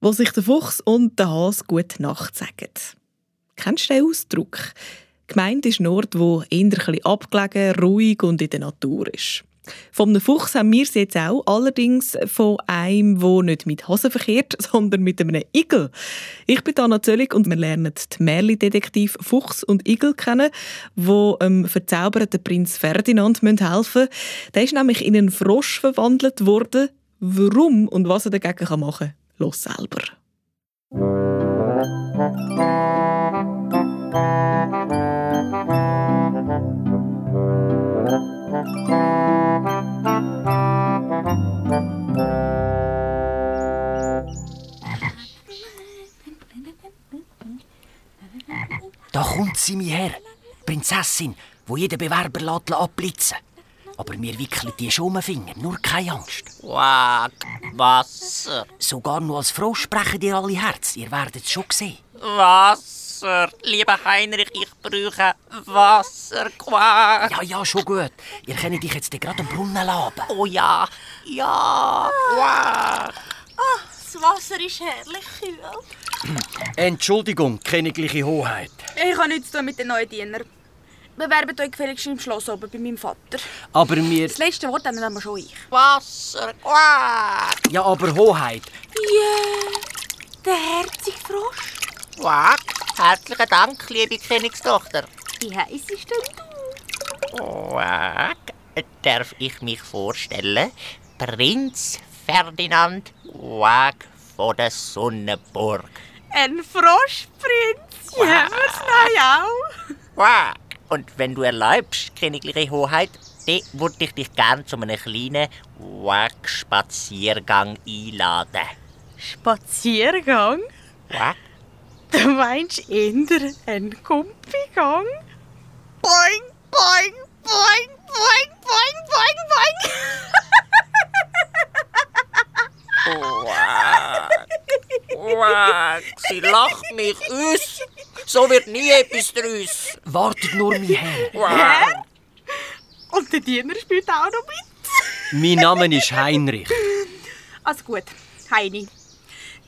wo sich der Fuchs und der Hase gut Nacht sagen. Kennst du den Ausdruck? Gemeint ist ein Ort, wo eher ein bisschen abgelegen, ruhig und in der Natur ist. Vom Fuchs haben wir es jetzt auch, allerdings von einem, der nicht mit Hasen verkehrt, sondern mit einem Igel. Ich bin Anna Zöllig und wir lernen die Märli-Detektiv Fuchs und Igel kennen, wo dem verzauberten Prinz Ferdinand helfen müssen. Der ist nämlich in einen Frosch verwandelt worden. Warum und was er dagegen machen kann, los selber. Da kommt sie mir her, die Prinzessin, wo jeder Bewerber lässt abblitzen lässt. Aber wir wickeln die schon um den Finger, nur keine Angst. Wag, Wasser, Sogar nur als Frau sprechen dir alle Herz, ihr werdet es schon sehen. Wasser. Lieber Heinrich, ich brauche Wasser. Quack. Ja, ja, schon gut. Ihr könnt dich jetzt gerade am Brunnen laben. Oh ja, ja, quack. Das Wasser ist herrlich kühl. Entschuldigung, königliche Hoheit. Ich habe nichts zu tun mit den neuen Dienern. Bewerbt euch gefälligst im Schloss oben bei meinem Vater. Aber wir. Das letzte Wort haben dann schon ich. Wasser, quack. Ja, aber Hoheit. Der herzige Frosch. Quack. Herzlichen Dank, liebe Königstochter. Wie heiß ist denn du? Quack. Darf ich mich vorstellen? Prinz Ferdinand Quack von der Sonnenburg. Ein Froschprinz. Ja, wir's neu auch. Quack. Und wenn du erlaubst, königliche Hoheit, dann würde ich dich gern zu einem kleinen Quack-Spaziergang einladen. Spaziergang? Quack. Du meinst eher ein Kumpigang? Boing, boing, boing, boing, boing, boing, boing. Quack. Quack. Sie lacht mich aus. So wird nie etwas draus. Wartet nur mir her. Quack. Und der Diener spielt auch noch mit. Mein Name ist Heinrich. Also gut, Heini.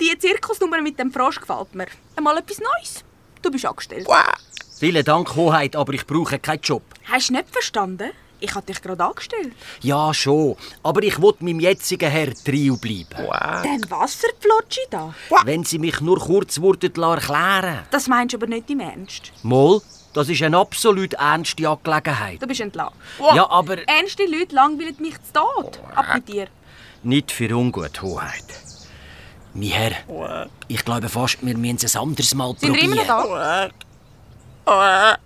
Die Zirkusnummer mit dem Frosch gefällt mir. Einmal etwas Neues. Du bist angestellt. Quack. Vielen Dank, Hoheit, aber ich brauche keinen Job. Hast du nicht verstanden? Ich habe dich gerade angestellt. Ja, schon. Aber ich will meinem jetzigen Herr Trio bleiben. Dann was für Plotschi da? Wenn Sie mich nur kurz würden lassen erklären. Das meinst du aber nicht im Ernst. Mol, das ist eine absolut ernste Angelegenheit. Du bist entlassen. Ja, aber Ernste Leute langweilen mich zu Tod. Ab mit dir. nicht für ungut, Hoheit. Mein Herr, ich glaube fast, wir müssen es ein anderes Mal Sind wir immer noch probieren. da? Quack.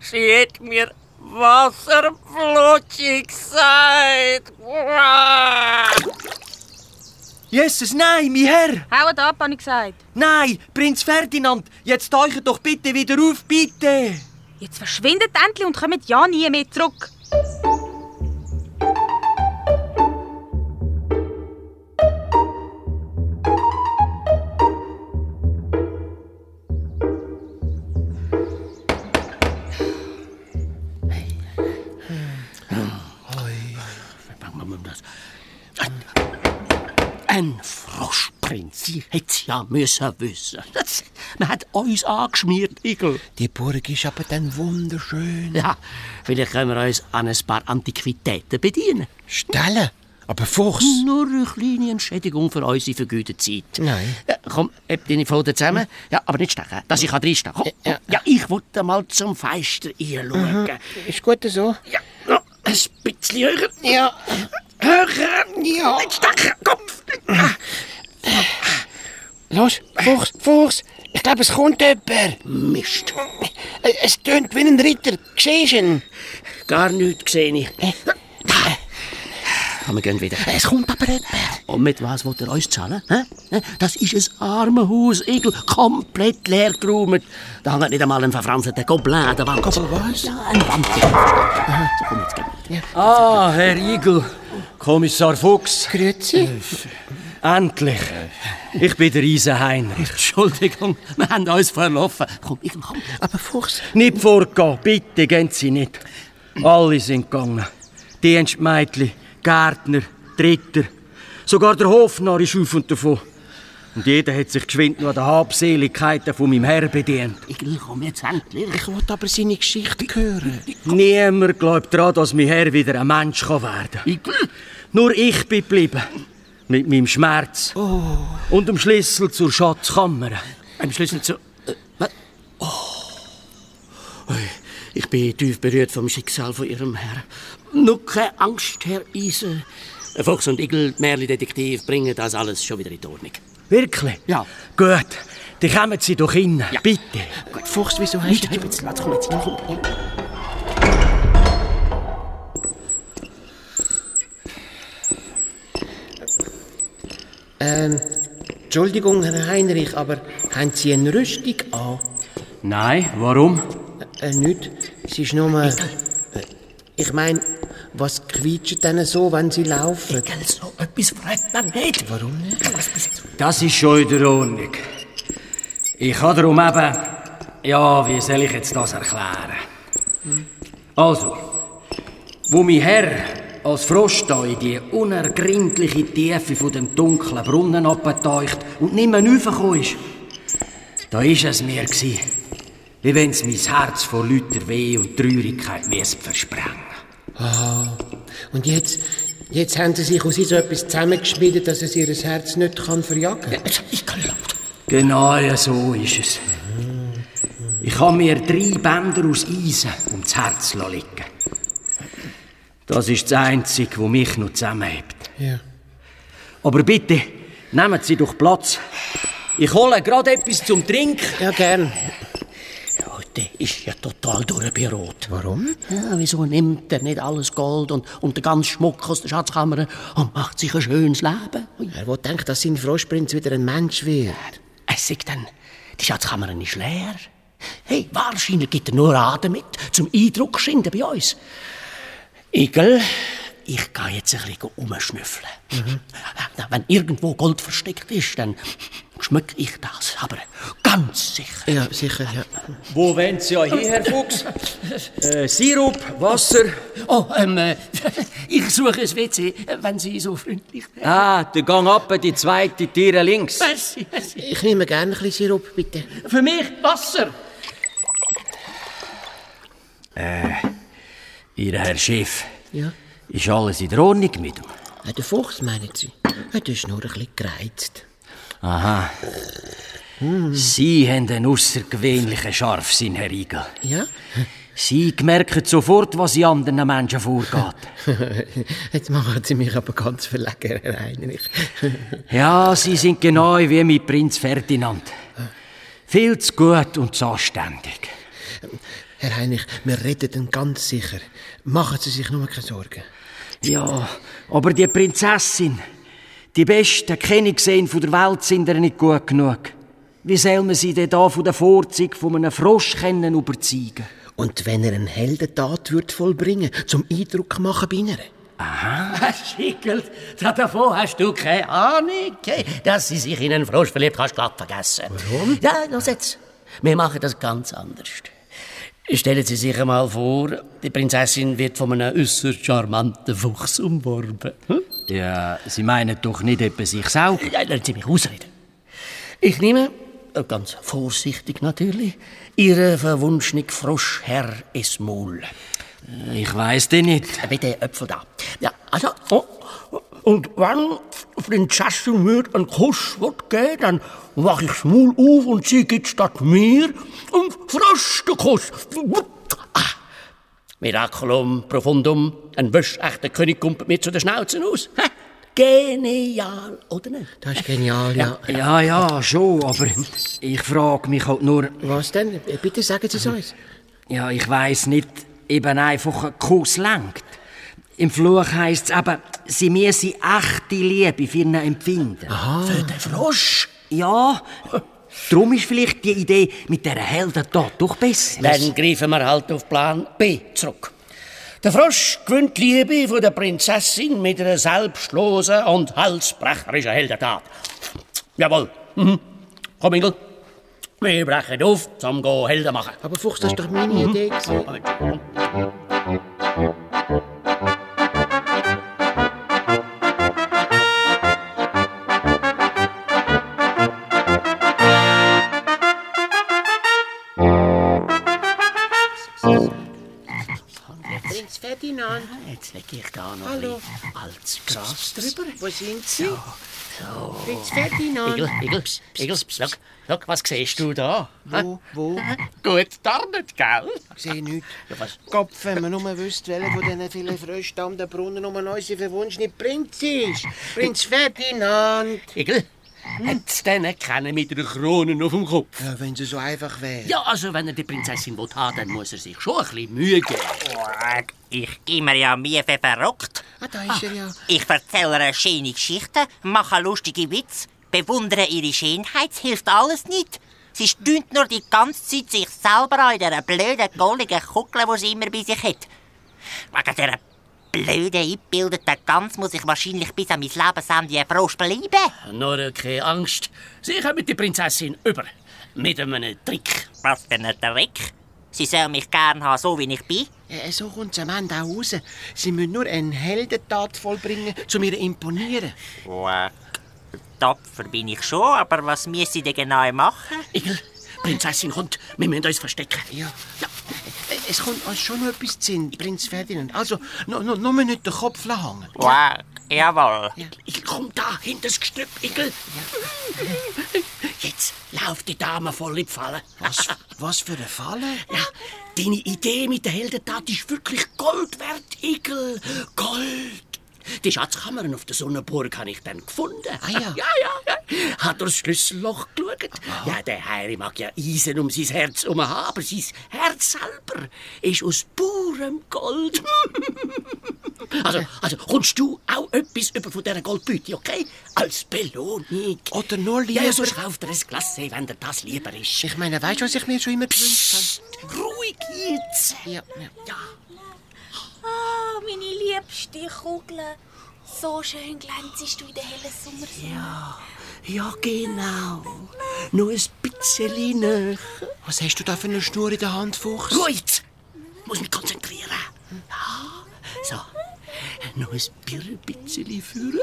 Sie hat mir Wasserflutschig gesagt. Quack. Jesus, nein, mein Herr! Haut ab, habe ich gesagt. Nein, Prinz Ferdinand, jetzt tauche doch bitte wieder auf, bitte! Jetzt verschwindet endlich und kommt ja nie mehr zurück. um Ein Froschprinz, sie hätte es ja müssen wissen. Das, man hat uns angeschmiert, Igel. Die Burg ist aber dann wunderschön. Ja, vielleicht können wir uns an ein paar Antiquitäten bedienen. Stellen? Aber Fuchs? Nur eine kleine Entschädigung für unsere vergütete Zeit. Nein. Ja, komm, heb deine Pfoten zusammen. Ja, aber nicht stechen, dass ich reinstehen kann. Komm, komm. Ja, Mhm. ich wollte mal zum Feister einschauen. Ist gut so? Ja, noch ein bisschen höher. Ja. Höher! Ja. Nicht stechen, komm! Los, Fuchs, Fuchs. Ich glaube, es kommt jemand. Mist. Es tönt wie ein Ritter. Siehst du ihn? Gar nichts gesehen ich. Ah, wir gehen wieder. Äh, Es kommt aber jemand. Und mit was wollt ihr uns zahlen? hä? Hä? Das ist ein Armenhaus, Igel, komplett leer geräumt. Da hängt nicht einmal ein verfranzelter Goblin an der Wand. Goblin was? Ja, ein Wandbild. So, komm, jetzt gehen wir. Ah, Herr Igel, Kommissar Fuchs, Äh, Grüezi. endlich. Ich bin der Eisenheinrich. Entschuldigung, wir haben uns verlaufen. Komm, Igel, komm. Aber Fuchs. Nicht vorgehen, bitte gehen Sie nicht. Alle sind gegangen. Dienstmeidli, Gärtner, Dritter. Sogar der Hofnarr ist auf und davon. Und jeder hat sich geschwind nur an den Habseligkeiten von meinem Herr bedient. Igel, komm jetzt endlich. Ich wollte aber seine Geschichte hören. Niemand glaubt daran, dass mein Herr wieder ein Mensch kann werden kann. Nur ich bin geblieben. Mit meinem Schmerz. Oh. Und dem Schlüssel zur Schatzkammer. Am Schlüssel zu. Äh, wa- oh. Ui, Ich bin tief berührt vom Schicksal von Ihrem Herrn. Nur keine Angst, Herr Eisen. Fuchs und Igel, Merli-Detektiv, bringen das alles schon wieder in die Ordnung. Wirklich? Ja. Gut. Dann kommen Sie doch hin. Bitte. Gut, Fuchs, wieso hast du... Jetzt, lass, komm, jetzt, komm. Ähm, Entschuldigung, Herr Heinrich, aber haben Sie eine Rüstung an? Nein, warum? Äh, nicht. Es ist nur... Äh, ich meine, was quietscht denn so, wenn Sie laufen? Igel, so etwas fragt man nicht. Warum nicht? Das ist schon in der Ordnung. Ich habe darum eben... Ja, wie soll ich jetzt das erklären? Also, wo mein Herr als Frosch da in die unergründliche Tiefe von dem dunklen Brunnen abgetaucht und nicht mehr raufgekommen ist, da ist es mir gsi, wie wenn's mein Herz vor Lüter Weh und Traurigkeit müsste versprengen. Ah, und jetzt... Jetzt haben Sie sich aus so etwas zusammengeschmiedet, dass es Ihr Herz nicht kann verjagen kann. Igel, Genau so ist es. Ich habe mir drei Bänder aus Eisen ums Herz liegen lassen. Das ist das Einzige, was mich noch zusammenhält. Ja. Aber bitte, nehmen Sie doch Platz. Ich hole gerade etwas zum Trinken. Ja, gern. Heute ist ja total durchberot. Warum? Ja, wieso nimmt er nicht alles Gold und, und den ganzen Schmuck aus der Schatzkammer und macht sich ein schönes Leben? Ui, Er will denkt, dass sein Froschprinz wieder ein Mensch wird. Es sieht dann, die Schatzkammer ist leer. Hey, wahrscheinlich gibt er nur Atem mit, zum Eindruck schinden bei uns. Igel, ich gehe jetzt ein bisschen umschnüffeln. Mhm. Wenn irgendwo Gold versteckt ist, dann schmück ich das, aber ganz sicher. Ja, sicher, ja. Wo wollen Sie ja hin, Herr Fuchs? äh, Sirup, Wasser. Oh, ähm, äh, ich suche ein WC, wenn Sie so freundlich wären. Äh, Ah, der Gang ab, die zweite Tiere links. Merci, merci. Ich nehme gerne ein bisschen Sirup, bitte. Für mich Wasser. Äh, Ihr Herr Chef, Ja. ist alles in der Ordnung mit ihm? Ah, der Fuchs, meinen Sie? Er ist nur ein bisschen gereizt. Aha. Hm. Sie haben einen außergewöhnlichen Scharfsinn, Herr Igel. Ja? Sie merken sofort, was in anderen Menschen vorgeht. Jetzt machen Sie mich aber ganz verlegen, Herr Heinrich. Ja, Sie sind genau wie mein Prinz Ferdinand. Viel zu gut und zu anständig. Herr Heinrich, wir retten ihn ganz sicher. Machen Sie sich nur keine Sorgen. Ja, aber die Prinzessin, die besten Königsseen von der Welt sind ihr nicht gut genug. Wie soll man sie denn da von der Vorzug von einem Frosch können überzeugen? Und wenn er eine Heldentat würde vollbringen zum Eindruck machen bei Ihnen? Ah, Schickel, da- davon hast du keine Ahnung. gell? Dass sie sich in einen Frosch verliebt, kannst du glatt vergessen. Warum? Ja, los jetzt. Wir machen das ganz anders. Stellen Sie sich einmal vor, die Prinzessin wird von einem äußerst charmanten Fuchs umworben. Hm? Ja, Sie meinen doch nicht etwa sich selbst. Ja, lassen Sie mich ausreden. Ich nehme, äh, ganz vorsichtig natürlich, Ihren verwunschenen Froschherr Esmul. Äh, Ich weiß denn nicht. Äh, Bitte Äpfel da. Ja, also, oh, und wenn Prinzessin mir einen Kuss wird geben, dann mach ich's Maul auf und sie gibt statt mir einen frischen Kuss. Ah, Miraculum profundum, ein waschechter König kommt mir zu den Schnauzen aus. Ha, genial, oder nicht? Das ist genial, ja. Ja, ja, schon, aber ich frage mich halt nur, Was denn? Äh, Bitte sagen Sie es uns. ja, ich weiß nicht, eben einfach ein Kuss lenkt. Im Fluch heisst es eben, sie müssen echte Liebe für ihn empfinden. Für den Frosch. Ja, darum ist vielleicht die Idee mit dieser Heldentat doch besser. Dann greifen wir halt auf Plan B zurück. Der Frosch gewinnt die Liebe von der Prinzessin mit einer selbstlosen und halsbrecherischen Heldentat. Jawohl. Mhm. Komm, Ingel. Wir brechen auf, zum go Helden machen. Aber Fuchs, das ist doch meine Idee. gewesen. hinein. Jetzt lege ich da noch Hallo. ein bisschen altes Gras drüber. Drüber? Wo sind Sie? So. Fritz Ferdinand. Igel, Igel, Igel, schau, schau, was siehst du da? Wo, wo? Gut, da nicht, gell? Ich sehe nichts. Ja, was? Kopf, wenn man nur wüsste, welcher von diesen vielen Fröschen da um den Brunnen um einen unseren verwunschenen Prinz ist. Prinz Ferdinand. Igel, hätt's denn kennen mit einer Krone auf dem Kopf? Ja, wenn sie so einfach wäre. Ja, also wenn er die Prinzessin will haben, dann muss er sich schon ein bisschen Mühe geben. Wack, Ich gebe mir ja Mühe für verrückt. Ah, da ist er ja. Ich erzähle ihr schöne Geschichten, mache lustige Witze, bewundere ihre Schönheit, hilft alles nicht. Sie stünd nur die ganze Zeit sich selber an in dieser blöden, golligen Kugel, die sie immer bei sich hat. Wegen dieser blöden, eingebildeten Gans muss ich wahrscheinlich bis an mein Lebensende ein Frosch bleiben. Ah, Nur keine Angst, sie kommen die Prinzessin über. Mit einem Trick. Was für ein Trick. Sie soll mich gern haben, so wie ich bin. Ja, so kommt es am Ende auch raus. Sie müssen nur eine Heldentat vollbringen, um ihr zu imponieren. Tapfer bin ich schon, aber was müssen sie denn genau machen? Igel, Prinzessin kommt, wir müssen uns verstecken. Ja. ja. Es kommt uns schon noch etwas zu Sinn, Prinz Ferdinand. Also, nur no, no, nicht den Kopf hängen. lassen. Wow, jawohl. Ich komm da, hinter das Gestrüpp, Igel. Jetzt läuft die Dame voll in die Falle. Was, was für eine Falle? Ja, deine Idee mit der Heldentat ist wirklich Gold wert, Igel. Gold. Die Schatzkammern auf der Sonnenburg habe ich dann gefunden. Ah ja. Ja, ja, ja. Hat durchs Schlüsselloch geschaut. Ja, der Heiri mag ja Eisen um sein Herz herum haben, aber sein Herz selber ist aus purem Gold. also, also, kommst du auch etwas über von dieser Goldbeute, okay? Als Belohnung. Oder ja, nur Oh, lieber... ja, sonst kauft er ein Glas, Sekt, wenn dir das lieber ist. ich meine, weißt du, was ich mir schon immer gewünscht Psst, ruhig jetzt. habe? Ja, ja. Ah, meine liebste Kugel. So schön glänzest du in der hellen Sommersonne. Ja, genau. Nur ein bisschen näher. Was hast du da für eine Schnur in der Hand, Fuchs? Gut. Muss mich konzentrieren. Ja. So. Noch ein Bier- bisschen führen.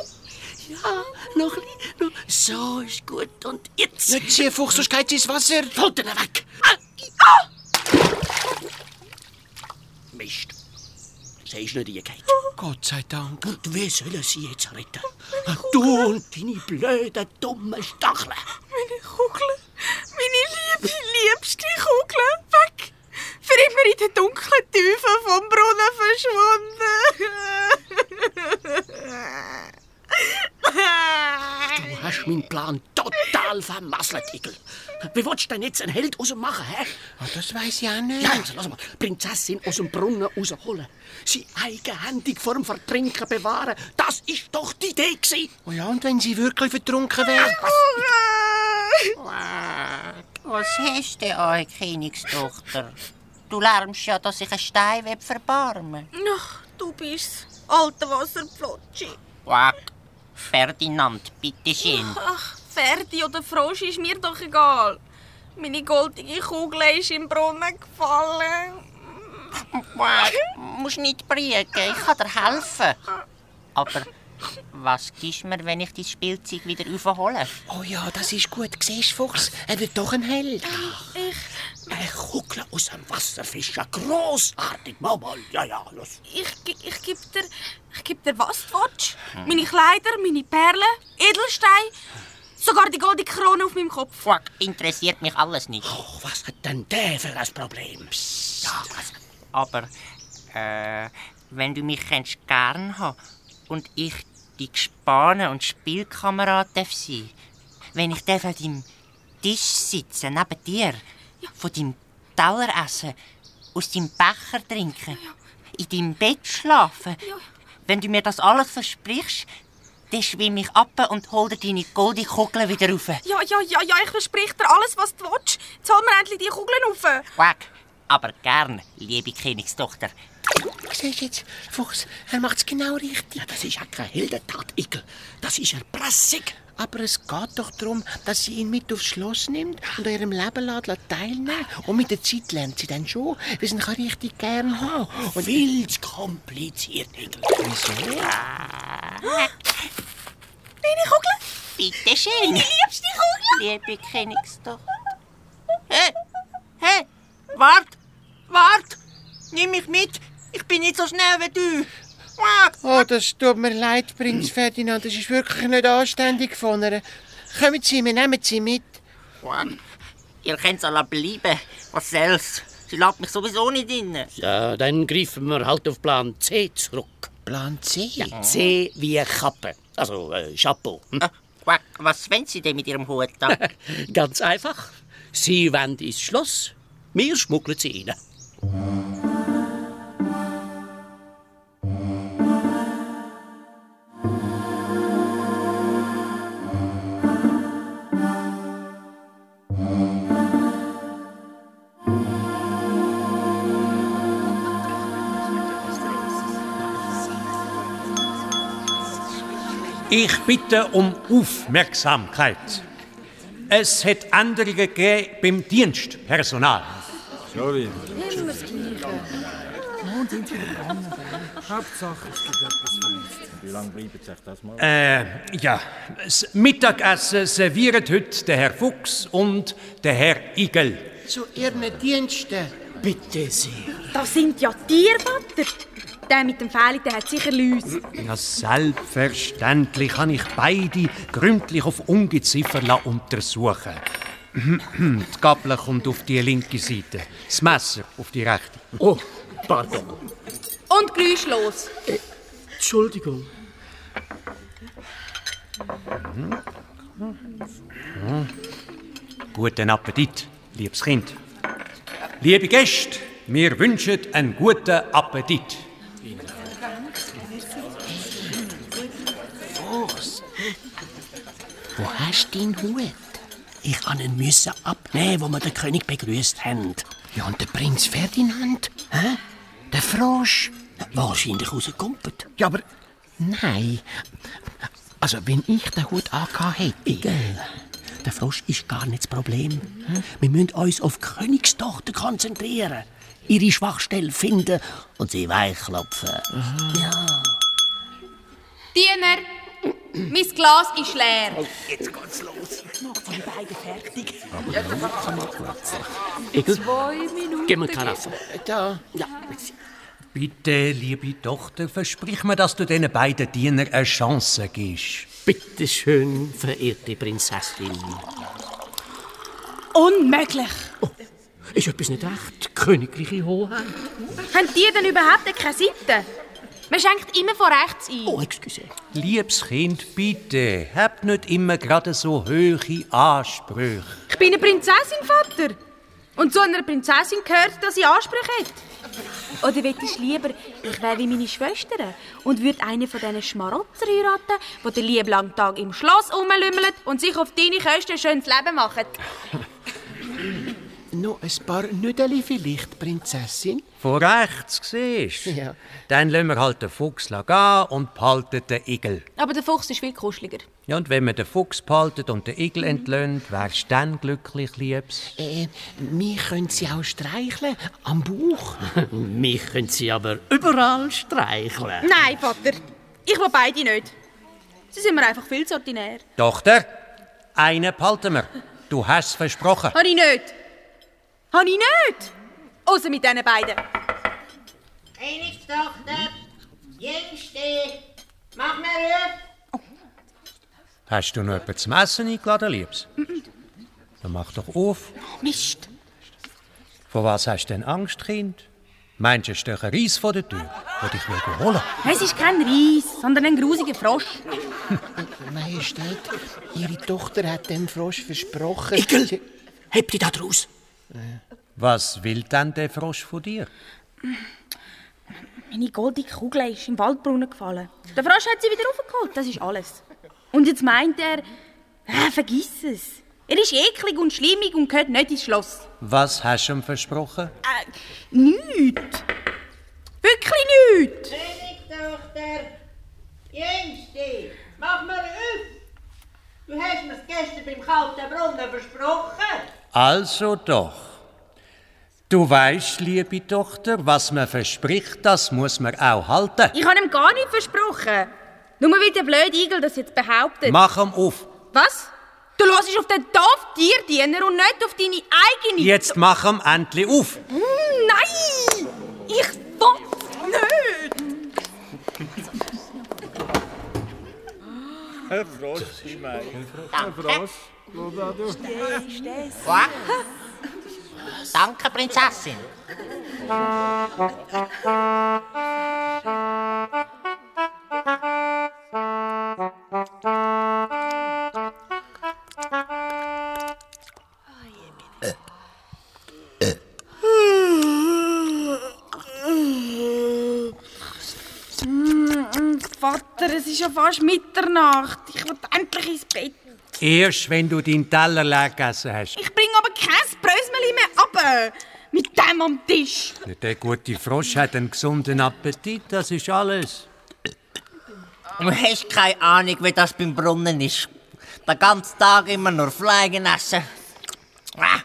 Ja, noch ein bisschen. noch- So ist gut. Und jetzt. Nicht ziehen, Fuchs, sonst geht ins Wasser. Holt ihn weg. Ah. Mist. Sie ist nicht eingegangen. Gott sei Dank. Ah, Und wir sollen sie jetzt retten. Du und deine blöden, dummen Stacheln. Meine Kugel, meine liebe, liebste Kugel, weg! Für immer in den dunklen Tiefen vom Brunnen verschwunden. Du hast meinen Plan total vermasselt, Igel. Wie willst du denn jetzt einen Held aus dem machen, hä? Ah, das weiß ich auch nicht. Ja, also, lass mal. Prinzessin aus dem Brunnen rausholen. Sie eigenhändig vor dem Vertrinken bewahren. Das ist doch die Idee gewesen. Oh ja, und wenn sie wirklich vertrunken wäre? Was hast du an, Königstochter? Du lärmst ja, dass ich einen Stein verbarmen Ach, du bist's, alter Wasserpflotschi. Wack. Ferdinand, bitteschön. Ach, Ferdi oder Frosch ist mir doch egal. Meine goldige Kugel ist im Brunnen gefallen. Wack, musst nicht brüten, ich kann dir helfen. Aber was gibst du mir, wenn ich dein Spielzeug wieder aufhole? Oh ja, das ist gut. Siehst du, Fuchs, er wird doch ein Held. Eine Kugel aus dem Wasserfisch. Ja, grossartig. Mal, mal. Ja, ja, los. Ich, gi- ich geb dir, ich geb dir was du willst. Meine Kleider, meine Perlen, Edelsteine, sogar die goldene Krone auf meinem Kopf. Wack, interessiert mich alles nicht. Oh, was hat denn der für ein Problem? Psst. Ja, was? Aber, äh, wenn du mich kennst, gern haben und ich die gespane und Spielkamerad darf sein, wenn ich darf an deinem Tisch sitzen, neben dir, von deinem Teller essen, aus deinem Becher trinken, in deinem Bett schlafen, wenn du mir das alles versprichst, dann schwimme ich ab und hol dir deine goldene Kugel wieder rauf. Ja, ja, ja, ja, ich verspreche dir alles, was du willst. Jetzt holen wir endlich die Kugeln rauf. Quack, aber gern, liebe Königstochter. Siehst du jetzt, Fuchs, er macht es genau richtig. Ja, das ist ja keine Heldentat, Igel. Das ist Erpressung. Aber es geht doch darum, dass sie ihn mit aufs Schloss nimmt und an ihrem Leben lässt, lässt teilnehmen Und mit der Zeit lernt sie dann schon, wie sie ihn kann richtig gern haben Und viel zu kompliziert, Igel. Wieso? Bitte schön. Die liebste Kugel. Liebe Königstochter. Hey, hey, wart, wart. Nimm mich mit. Ich bin nicht so schnell wie du. Oh, das tut mir leid, Prinz Ferdinand. Das ist wirklich nicht anständig von ihr. Kommen Sie, wir nehmen Sie mit. Ihr könnt es bleiben. Was soll's? Sie lässt mich sowieso nicht rein. Ja, dann greifen wir halt auf Plan C zurück. Plan C? Ja, C wie Kappe. Also äh, Chapeau. Hm? Quack, was wollen Sie denn mit Ihrem Hut da? Ganz einfach. Sie wollen ins Schloss, wir schmuggeln sie rein. Ich bitte um Aufmerksamkeit. Es hat andere gegeben beim Dienstpersonal. Sorry. Hauptsache, es gibt etwas Feines. Wie lange bleibt sich das mal? Äh, ja, das Mittagessen serviert heute der Herr Fuchs und der Herr Igel. Zu Ihren Diensten. Bitte sehr. Das sind ja Tiervater. Der mit dem Fähli, der hat sicher Läuse. Ja, selbstverständlich kann ich beide gründlich auf Ungeziffer lassen untersuchen. Die Gabel kommt auf die linke Seite, das Messer auf die rechte. Oh, pardon. Und geräuschlos. Entschuldigung. Guten Appetit, liebes Kind. Liebe Gäste, wir wünschen einen guten Appetit. Fuchs. Wo hast du deinen Hut? Ich kann ihn müssen abnehmen, wo wir den König begrüßt haben. Ja, und der Prinz Ferdinand? Hä? Der Frosch? Wahrscheinlich rausgekommen. Ja, aber nein. Also, wenn ich den Hut angehabt hätte. Gell. Der Frosch ist gar nicht das Problem. Wir müssen uns auf die Königstochter konzentrieren, ihre Schwachstelle finden und sie weichklopfen. Ja. Diener, mein Glas ist leer. Jetzt geht's los. Ich mach von beiden fertig. Zwei Minuten. Gib mir keinen Affe. Da. Bitte, liebe Tochter, versprich mir, dass du diesen beiden Dienern eine Chance gibst. Bitte schön, verehrte Prinzessin. Unmöglich. Oh, Ist etwas nicht recht? Königliche Hoheit? Haben die denn überhaupt keine Seite? Man schenkt immer von rechts ein. Oh, excuse. Liebes Kind, bitte, habt nicht immer gerade so hohe Ansprüche. Ich bin eine Prinzessin, Vater. Und zu einer Prinzessin gehört, dass ich Ansprüche hätte. Oder wettest lieber, ich wäre wie meine Schwestern und würde eine von diesen Schmarotzer heiraten, die den lieben langen Tag im Schloss rumlümmelt und sich auf deine Kosten ein schönes Leben machen? Noch ein paar Nüdeli vielleicht, Prinzessin. Von rechts siehst du? Ja. Dann lassen wir halt den Fuchs gehen und behalten den Igel. Aber der Fuchs ist viel kuscheliger. Ja, und wenn wir den Fuchs behalten und den Igel entlöhnt, wärst du dann glücklich, Liebes? Äh, wir können sie auch streicheln. Am Bauch. Mich können Sie aber überall streicheln. Nein, Vater. Ich will beide nicht. Sie sind mir einfach viel zu ordinär. Tochter, einen behalten wir. Du hast es versprochen. Habe ich nicht. Habe ich nicht. Außer mit diesen beiden. Königstochter, Jüngste, mach mir Ruhe. Hast du noch jemanden zum Essen eingeladen, Liebes? Dann mach doch auf. Mist. Vor was hast du denn Angst, Kind? Meinst du, es steht ein Reis vor der Tür, der dich will holen Es ist kein Reis, sondern ein grusiger Frosch. Majestät, Ihre Tochter hat dem Frosch versprochen. Igel, heb dich da draus. Was will denn der Frosch von dir? Meine goldene Kugel ist im Waldbrunnen gefallen. Der Frosch hat sie wieder raufgeholt, das ist alles. Und jetzt meint er, ah, vergiss es. Er ist eklig und schlimmig und gehört nicht ins Schloss. Was hast du ihm versprochen? Nichts. Wirklich nichts. Königstochter, Jüngste, mach mir Ruhe. Du hast mir's gestern beim kalten Brunnen versprochen. Also doch. Du weißt, liebe Tochter, was man verspricht, das muss man auch halten. Ich habe ihm gar nicht versprochen. Nur weil der blöde Igel das jetzt behauptet. Mach ihm auf. Was? Du hörst auf den doofen Tierdiener und nicht auf deine eigene... Jetzt mach ihm endlich auf. Mm, nein! Ich will Ein Frosch, ich meine. Ein Frosch. Wo da du? Was? Danke, Prinzessin. Mm, Vater, es ist ja fast Mitternacht. Ich will endlich ins Bett. Erst wenn du deinen Teller leer gegessen hast. Ich bringe aber kein Brösmeli mehr ab. Mit dem am Tisch. Der gute Frosch hat einen gesunden Appetit, das ist alles. Du hast keine Ahnung, wie das beim Brunnen ist. Den ganzen Tag immer nur Fliegen essen. Ah,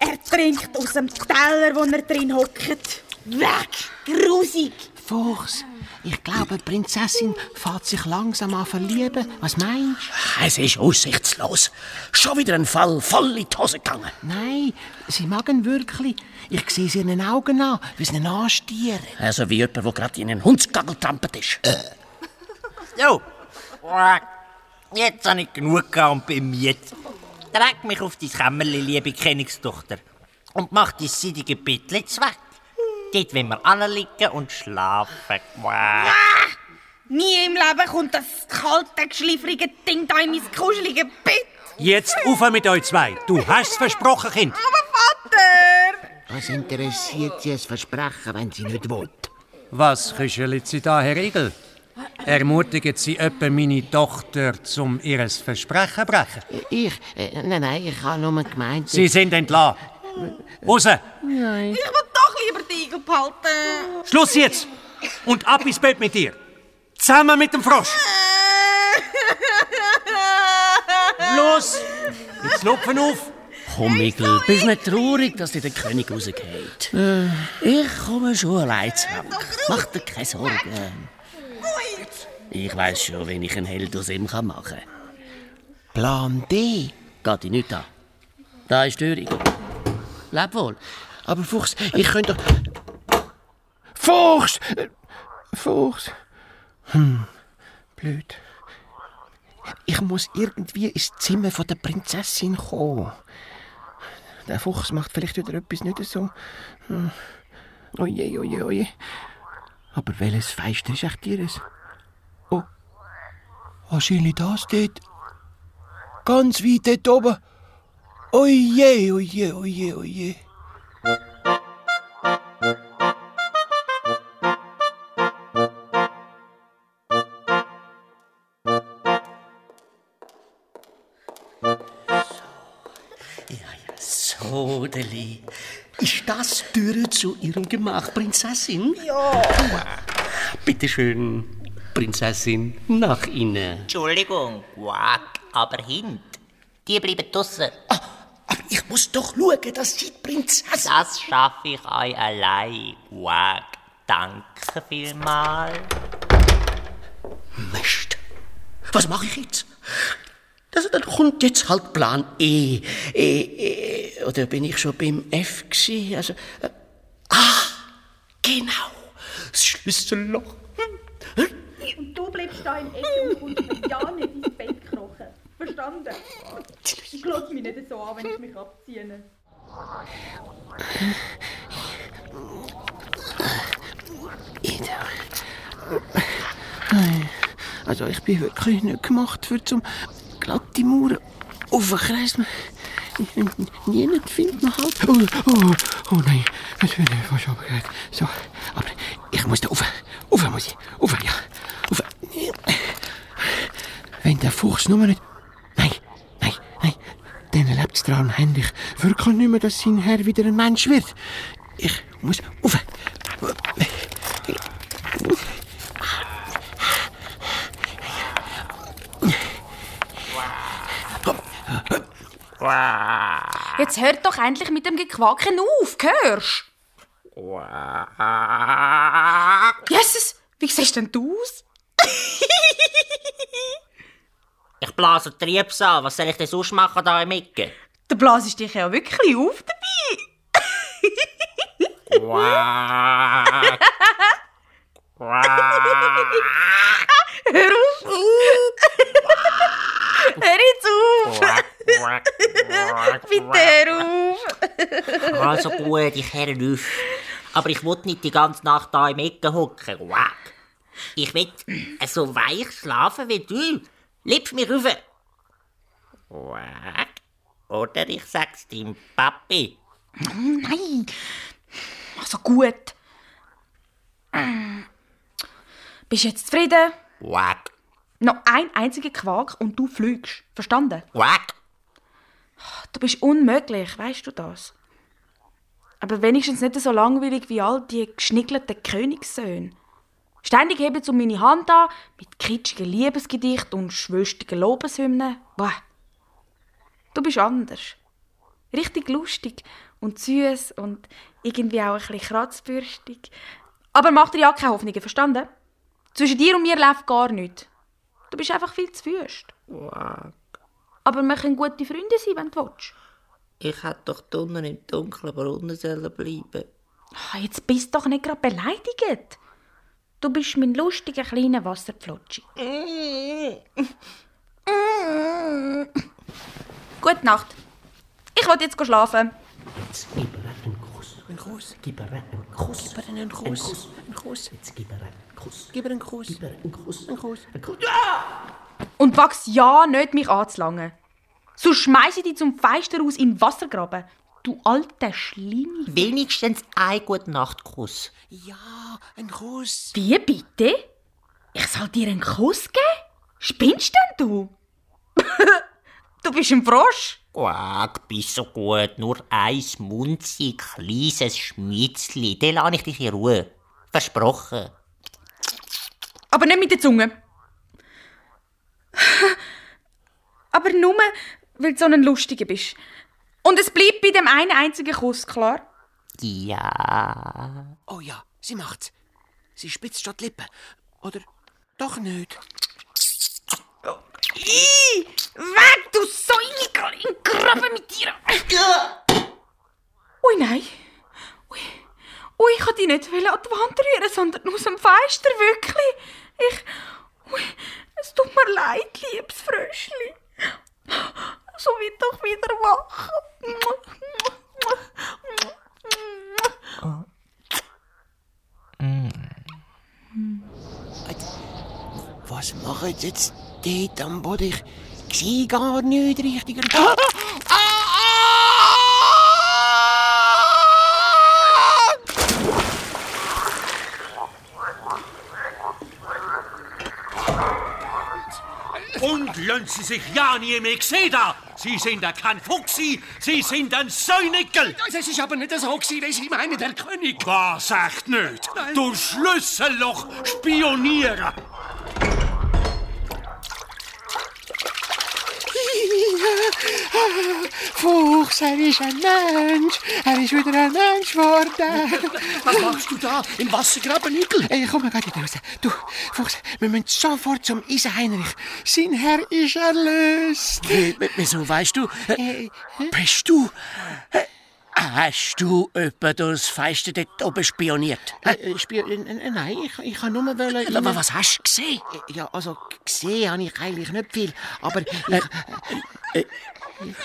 Er trinkt aus dem Teller, wo er drin hockt. Weg! Grusig! Fuchs, ich glaube, die Prinzessin fährt sich langsam an verlieben. Was meinst Es ist aussichtslos. Schon wieder ein Fall voll in die Hose gegangen. du? Nein, sie mag ihn wirklich. Ich sehe sie in den Augen an, wie sie ihn anstieren. Äh, Also wie jemand, der gerade in einen Hundsgagel trampelt ist. Jo, Ah, jetzt habe ich genug gehabt und bin müde. Träg mich auf dein Kämmerli, liebe Königstochter. Und mach dein seidige Bettchen weg. Dort wollen wir anliegen und schlafen. Wow. Nie im Leben kommt das kalte, geschliffrige Ding da in mein kuschelige Bett. Jetzt auf mit euch zwei. Du hast es versprochen, Kind. Vater! Was interessiert Sie das Versprechen, wenn Sie nicht wollen? Was küschelt Sie da, Herr Igel? Ermutigen Sie öppe meine Tochter, zum ihres Versprechen zu brechen? Ich? Äh, nein, nein, ich habe nur gemeint. Sie sind entlassen. Raus! Nein. Ich will doch lieber die Igel behalten. Schluss jetzt! Und ab ins Bett mit dir! Zusammen mit dem Frosch! Los! Jetzt lupfen auf! Komm, Igel, bist nicht traurig, dass dir der König rausgeht. Ich komme schon allein zurück. Mach dir keine Sorgen. Ich weiß schon, wenn ich einen Held aus ihm kann machen kann. Plan D? Geht dich nicht an. Da ist Störung. Leb wohl. Aber Fuchs, Ich könnte doch... Fuchs! Fuchs. Hm. Blöd. Ich muss irgendwie ins Zimmer von der Prinzessin kommen. Der Fuchs macht vielleicht wieder etwas nicht so. Hm. Oje, oje, oje. Aber welches Fest ist echt ihres? Oh. Wahrscheinlich das dort. Ganz weit dort oben. Oje, oje, oje, oje. So, Deli. Ist das die Türe zu Ihrem Gemach, Prinzessin? Ja. Bitte schön, Prinzessin, nach Ihnen. Entschuldigung, Quack, aber hint. Die bleiben draussen. aber ich muss doch schauen, dass die Prinzessin... Das schaffe ich euch allein, Quack. Danke vielmals. Mist. Was mache ich jetzt? Das, dann kommt jetzt halt Plan E. E, e. Oder bin ich schon beim F gsi? Also, äh, ah, genau. Das Schlüsselloch. Und du bleibst da im Eck und kommst ja nicht ins Bett krochen. Verstanden? Ich lasse mich nicht so an, wenn ich mich abziehe. Ida. Nein, Also ich bin wirklich nicht gemacht für zum glatte Mauern aufkreisen. Niemand findet mich halt. Oh, oh, oh nein, das wird nicht fast abgehört. So, aber ich muss da rauf. Rauf muss ich. Rauf, ja. Rauf. Wenn der Fuchs nur nicht... Nein, nein, nein. Dann lebt es daran heimlich. Wirklich nicht mehr, dass sein Herr wieder ein Mensch wird. Ich muss rauf. Jetzt hört doch endlich mit dem Gequaken auf, hörst Jesus, wie siehst denn du aus? Ich blase Triebsal. Was soll ich denn sonst machen da im Ecke? Du blasest dich ja wirklich auf dabei. Quack. Quack. Hör auf! hör jetzt auf! Bitte hör auf! Also gut, ich höre auf. Aber ich will nicht die ganze Nacht da im Ecken hocken. Wack. Ich will so weich schlafen wie du. Liebst mich rauf. Wack. Oder ich sag's deinem Papi. Nein! Also gut. Bist du jetzt zufrieden? Wack. Noch ein einziger Quark und du fliegst. Verstanden? Wack. Du bist unmöglich, weißt du das? Aber wenigstens nicht so langweilig wie all die geschnickelten Königssöhne. Ständig heben sie meine Hand an, mit kitschigen Liebesgedichten und schwülstigen Lobeshymnen. Bäh. Du bist anders. Richtig lustig und süß und irgendwie auch ein bisschen kratzbürstig. Aber mach dir ja keine Hoffnungen, verstanden? Zwischen dir und mir läuft gar nichts. Du bist einfach viel zu wüst. Aber wir können gute Freunde sein, wenn du willst. Ich hätte doch drinnen im dunklen Brunnen sollen bleiben. Ah, Jetzt bist du doch nicht gerade beleidigt. Du bist mein lustiger kleiner Wasserpflotschi. Gute Nacht. Ich will jetzt schlafen. Jetzt gib ihr einen Kuss. Einen Kuss. Gib ihr einen Kuss. Gib ihr einen Kuss. Einen Kuss. Jetzt gib ihr einen Kuss. Gib ihr einen Kuss. Gib ihr einen Kuss. Einen Kuss. Einen Kuss. Und wachs ja nicht, mich anzulangen. So schmeiße ich dich zum Feister aus in den Wassergraben. Du alter Schlimm. Wenigstens ein gute Nachtkuss. Ja, ein Kuss. Wie bitte? Ich soll dir einen Kuss geben? Spinnst denn du? du bist ein Frosch. Quack, bist so gut. Nur eins munzig, kleines Schmitzli. Dann lasse ich dich in Ruhe. Versprochen. Aber nicht mit der Zunge. Aber nur, weil du so ein Lustiger bist. Und es bleibt bei dem einen einzigen Kuss, klar? Ja. Oh ja, sie macht's. Sie spitzt schon die Lippen. Oder doch nicht. Ih, weg, du Säuliger! In den Graben mit dir! Ui, nein. Ui, ui ich wollte dich nicht wollen an die Wand rühren, sondern aus dem Fenster, wirklich. Ich... Ui, es tut mir leid, liebes Fröschli. So wird doch wieder wach. Was machen sie jetzt dort am Boden? Ich sehe gar nicht richtig. Und lassen Sie sich ja nie mehr sehen da! Sie sind ja kein Fuchsi, Sie sind ein Säunickel! Das ist aber nicht so gewesen, das ich meine, der König. Was echt nicht? Du Schlüsselloch, Spionierer! Fuchs, er ist ein Mensch. Er ist wieder ein Mensch geworden. Was machst du da im Wassergraben, Nickel? Hey, komm, wir gehen nicht raus. Du, Fuchs, wir müssen sofort zum Eisenheinrich. Sein Herr ist erlöst. Hey, w- wieso weißt du? Äh, Bist du? äh, Hast du jemanden durchs Feister dort oben spioniert? Äh, äh, Spiel, äh, äh, nein, ich, ich kann nur wollen... Aber was hast du gesehen? Ja, also gesehen habe ich eigentlich nicht viel, aber Äh, ich,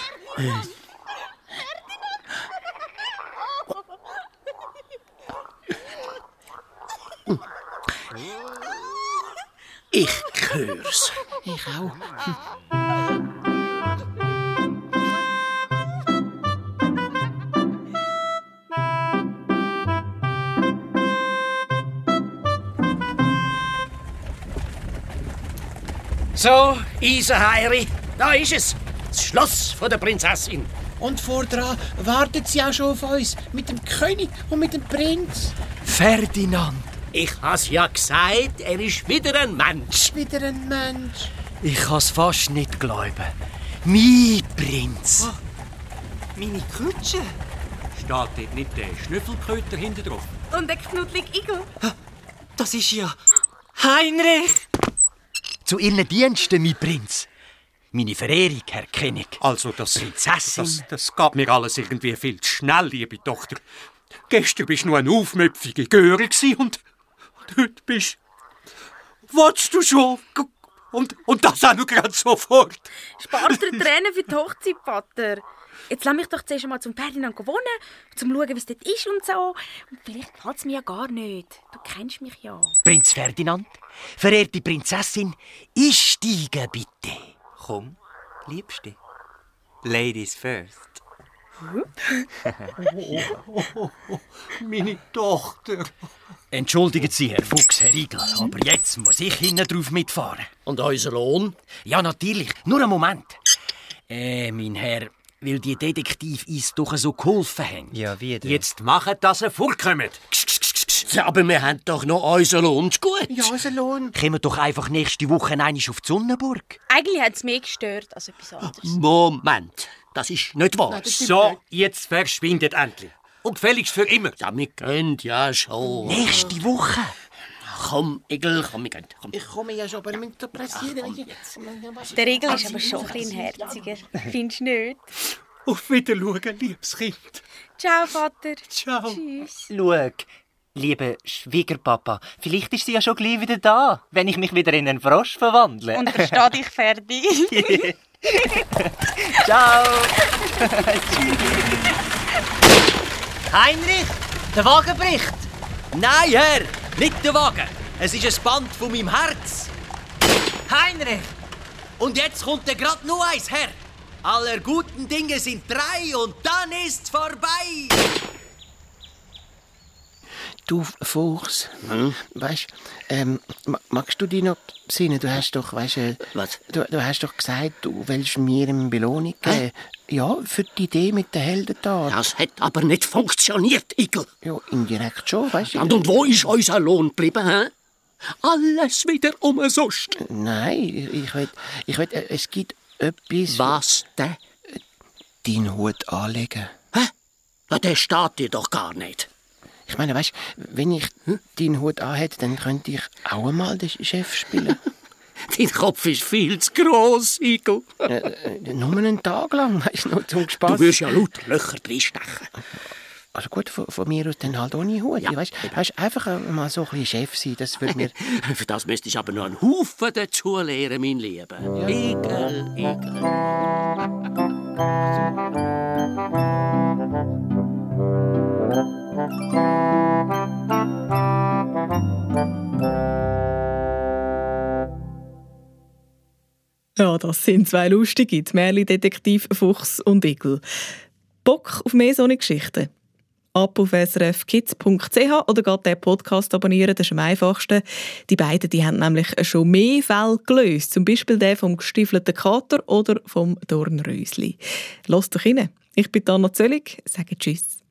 Ich hör's. ich auch. So, Isenheiri, da ist es. Das Schloss von der Prinzessin. Und vordran wartet sie auch schon auf uns, mit dem König und mit dem Prinz. Ferdinand, Ich has ja gesagt, er ist wieder ein Mensch. Wieder ein Mensch. ich kann's fast nicht glauben. Mein Prinz. Meine Kutsche? Steht dort nicht der Schnüffelköter hinter drauf? Und der knuddlige Igel. Das ist ja Heinrich. Zu Ihren Diensten, mein Prinz. Meine Verehrung, Herr König. Also, das Prinzessin. Das, das geht mir alles irgendwie viel zu schnell, liebe Tochter. Gestern bist du nur eine aufmüpfige Göre gewesen und und heute bist Wolltest du schon? G- Und, und das auch noch gerade sofort. Spart dir Tränen für die Hochzeit, Vater. Jetzt lass mich doch zuerst mal zum Ferdinand wohnen, zum schauen, wie es dort ist und so. Und vielleicht gefällt es mir ja gar nicht. Du kennst mich ja. Prinz Ferdinand, verehrte Prinzessin, einsteigen bitte. Komm, Liebste. Ladies first. Meine Tochter. Entschuldigen Sie, Herr Fuchs, Herr Igel, aber jetzt muss ich hinten drauf mitfahren. Und unser Lohn? Ja, natürlich. Nur einen Moment. Äh, mein Herr, weil die Detektiv uns doch so geholfen haben. Ja, wie denn? Jetzt machen, dass er vorkommt. Ja, aber wir haben doch noch unseren Lohn. Ist gut. Ja, unser Lohn. Kommen wir doch einfach nächste Woche einmal auf die Sonnenburg. Eigentlich hat es mich gestört als etwas anderes. Moment, das ist nicht wahr. Nein, das stimmt so, nicht. jetzt verschwindet endlich. Und gefälligst für immer. Ja, wir gehen ja schon. Nächste Woche. Komm, Igel, komm, wir gehen. Komm. Ich komme ja schon, aber wir müssen pressieren. Der Regel ist aber schon ein bisschen herziger. Findest du nicht? Auf Wiedersehen, liebes Kind. Ciao, Vater. Ciao. Tschüss. Schau, lieber Schwiegerpapa, vielleicht ist sie ja schon gleich wieder da, wenn ich mich wieder in einen Frosch verwandle. Und versteh dich, Ferdi. Ciao! Heinrich, der Wagen bricht. Nein, Herr, nicht der Wagen. Es ist ein Band von meinem Herz. Heinrich! Und jetzt kommt der grad nur eins, Herr. Aller guten Dinge sind drei und dann ist's vorbei. Du Fuchs, weißt, ähm, ma- magst du dich noch besinnen? Du hast doch, weißt, äh, Was? Du, du hast doch gesagt, du willst mir eine Belohnung geben. Ja, für die Idee mit der Heldentat. Das hat aber nicht funktioniert, Igel. Ja, indirekt schon, weißt du. Und, und wo ist unser Lohn geblieben, hä? Alles wieder umsonst. Nein, ich- ich will, ich will, äh, es gibt etwas... Was denn? Deinen Hut anlegen. Ja, Der steht dir doch gar nicht. Ich meine, weißt wenn ich deinen Hut anhätte, dann könnte ich auch einmal den Chef spielen. Dein Kopf ist viel zu gross, Igel. Äh, Nur einen Tag lang, weißt du, nur zum Du Spaß. wirst ja laut Löcher reinstechen. Also gut, von, von mir aus dann halt ohne Hut. Ja, weißt, weißt, einfach äh, mal so ein bisschen Chef sein, das würde mir... Für das müsste ich aber noch einen Haufen dazu lernen, mein Lieber. Igel, Ja, das sind zwei lustige, die Märli-Detektiv Fuchs und Igel. Bock auf mehr so eine Geschichte? Ab auf srfkids.ch oder geht den Podcast abonnieren, das ist am einfachsten. Die beiden die haben nämlich schon mehr Fälle gelöst, zum Beispiel den vom gestiefelten Kater oder vom Dornrösli. Lasst euch rein. Ich bin Anna Zöllig, sage Tschüss.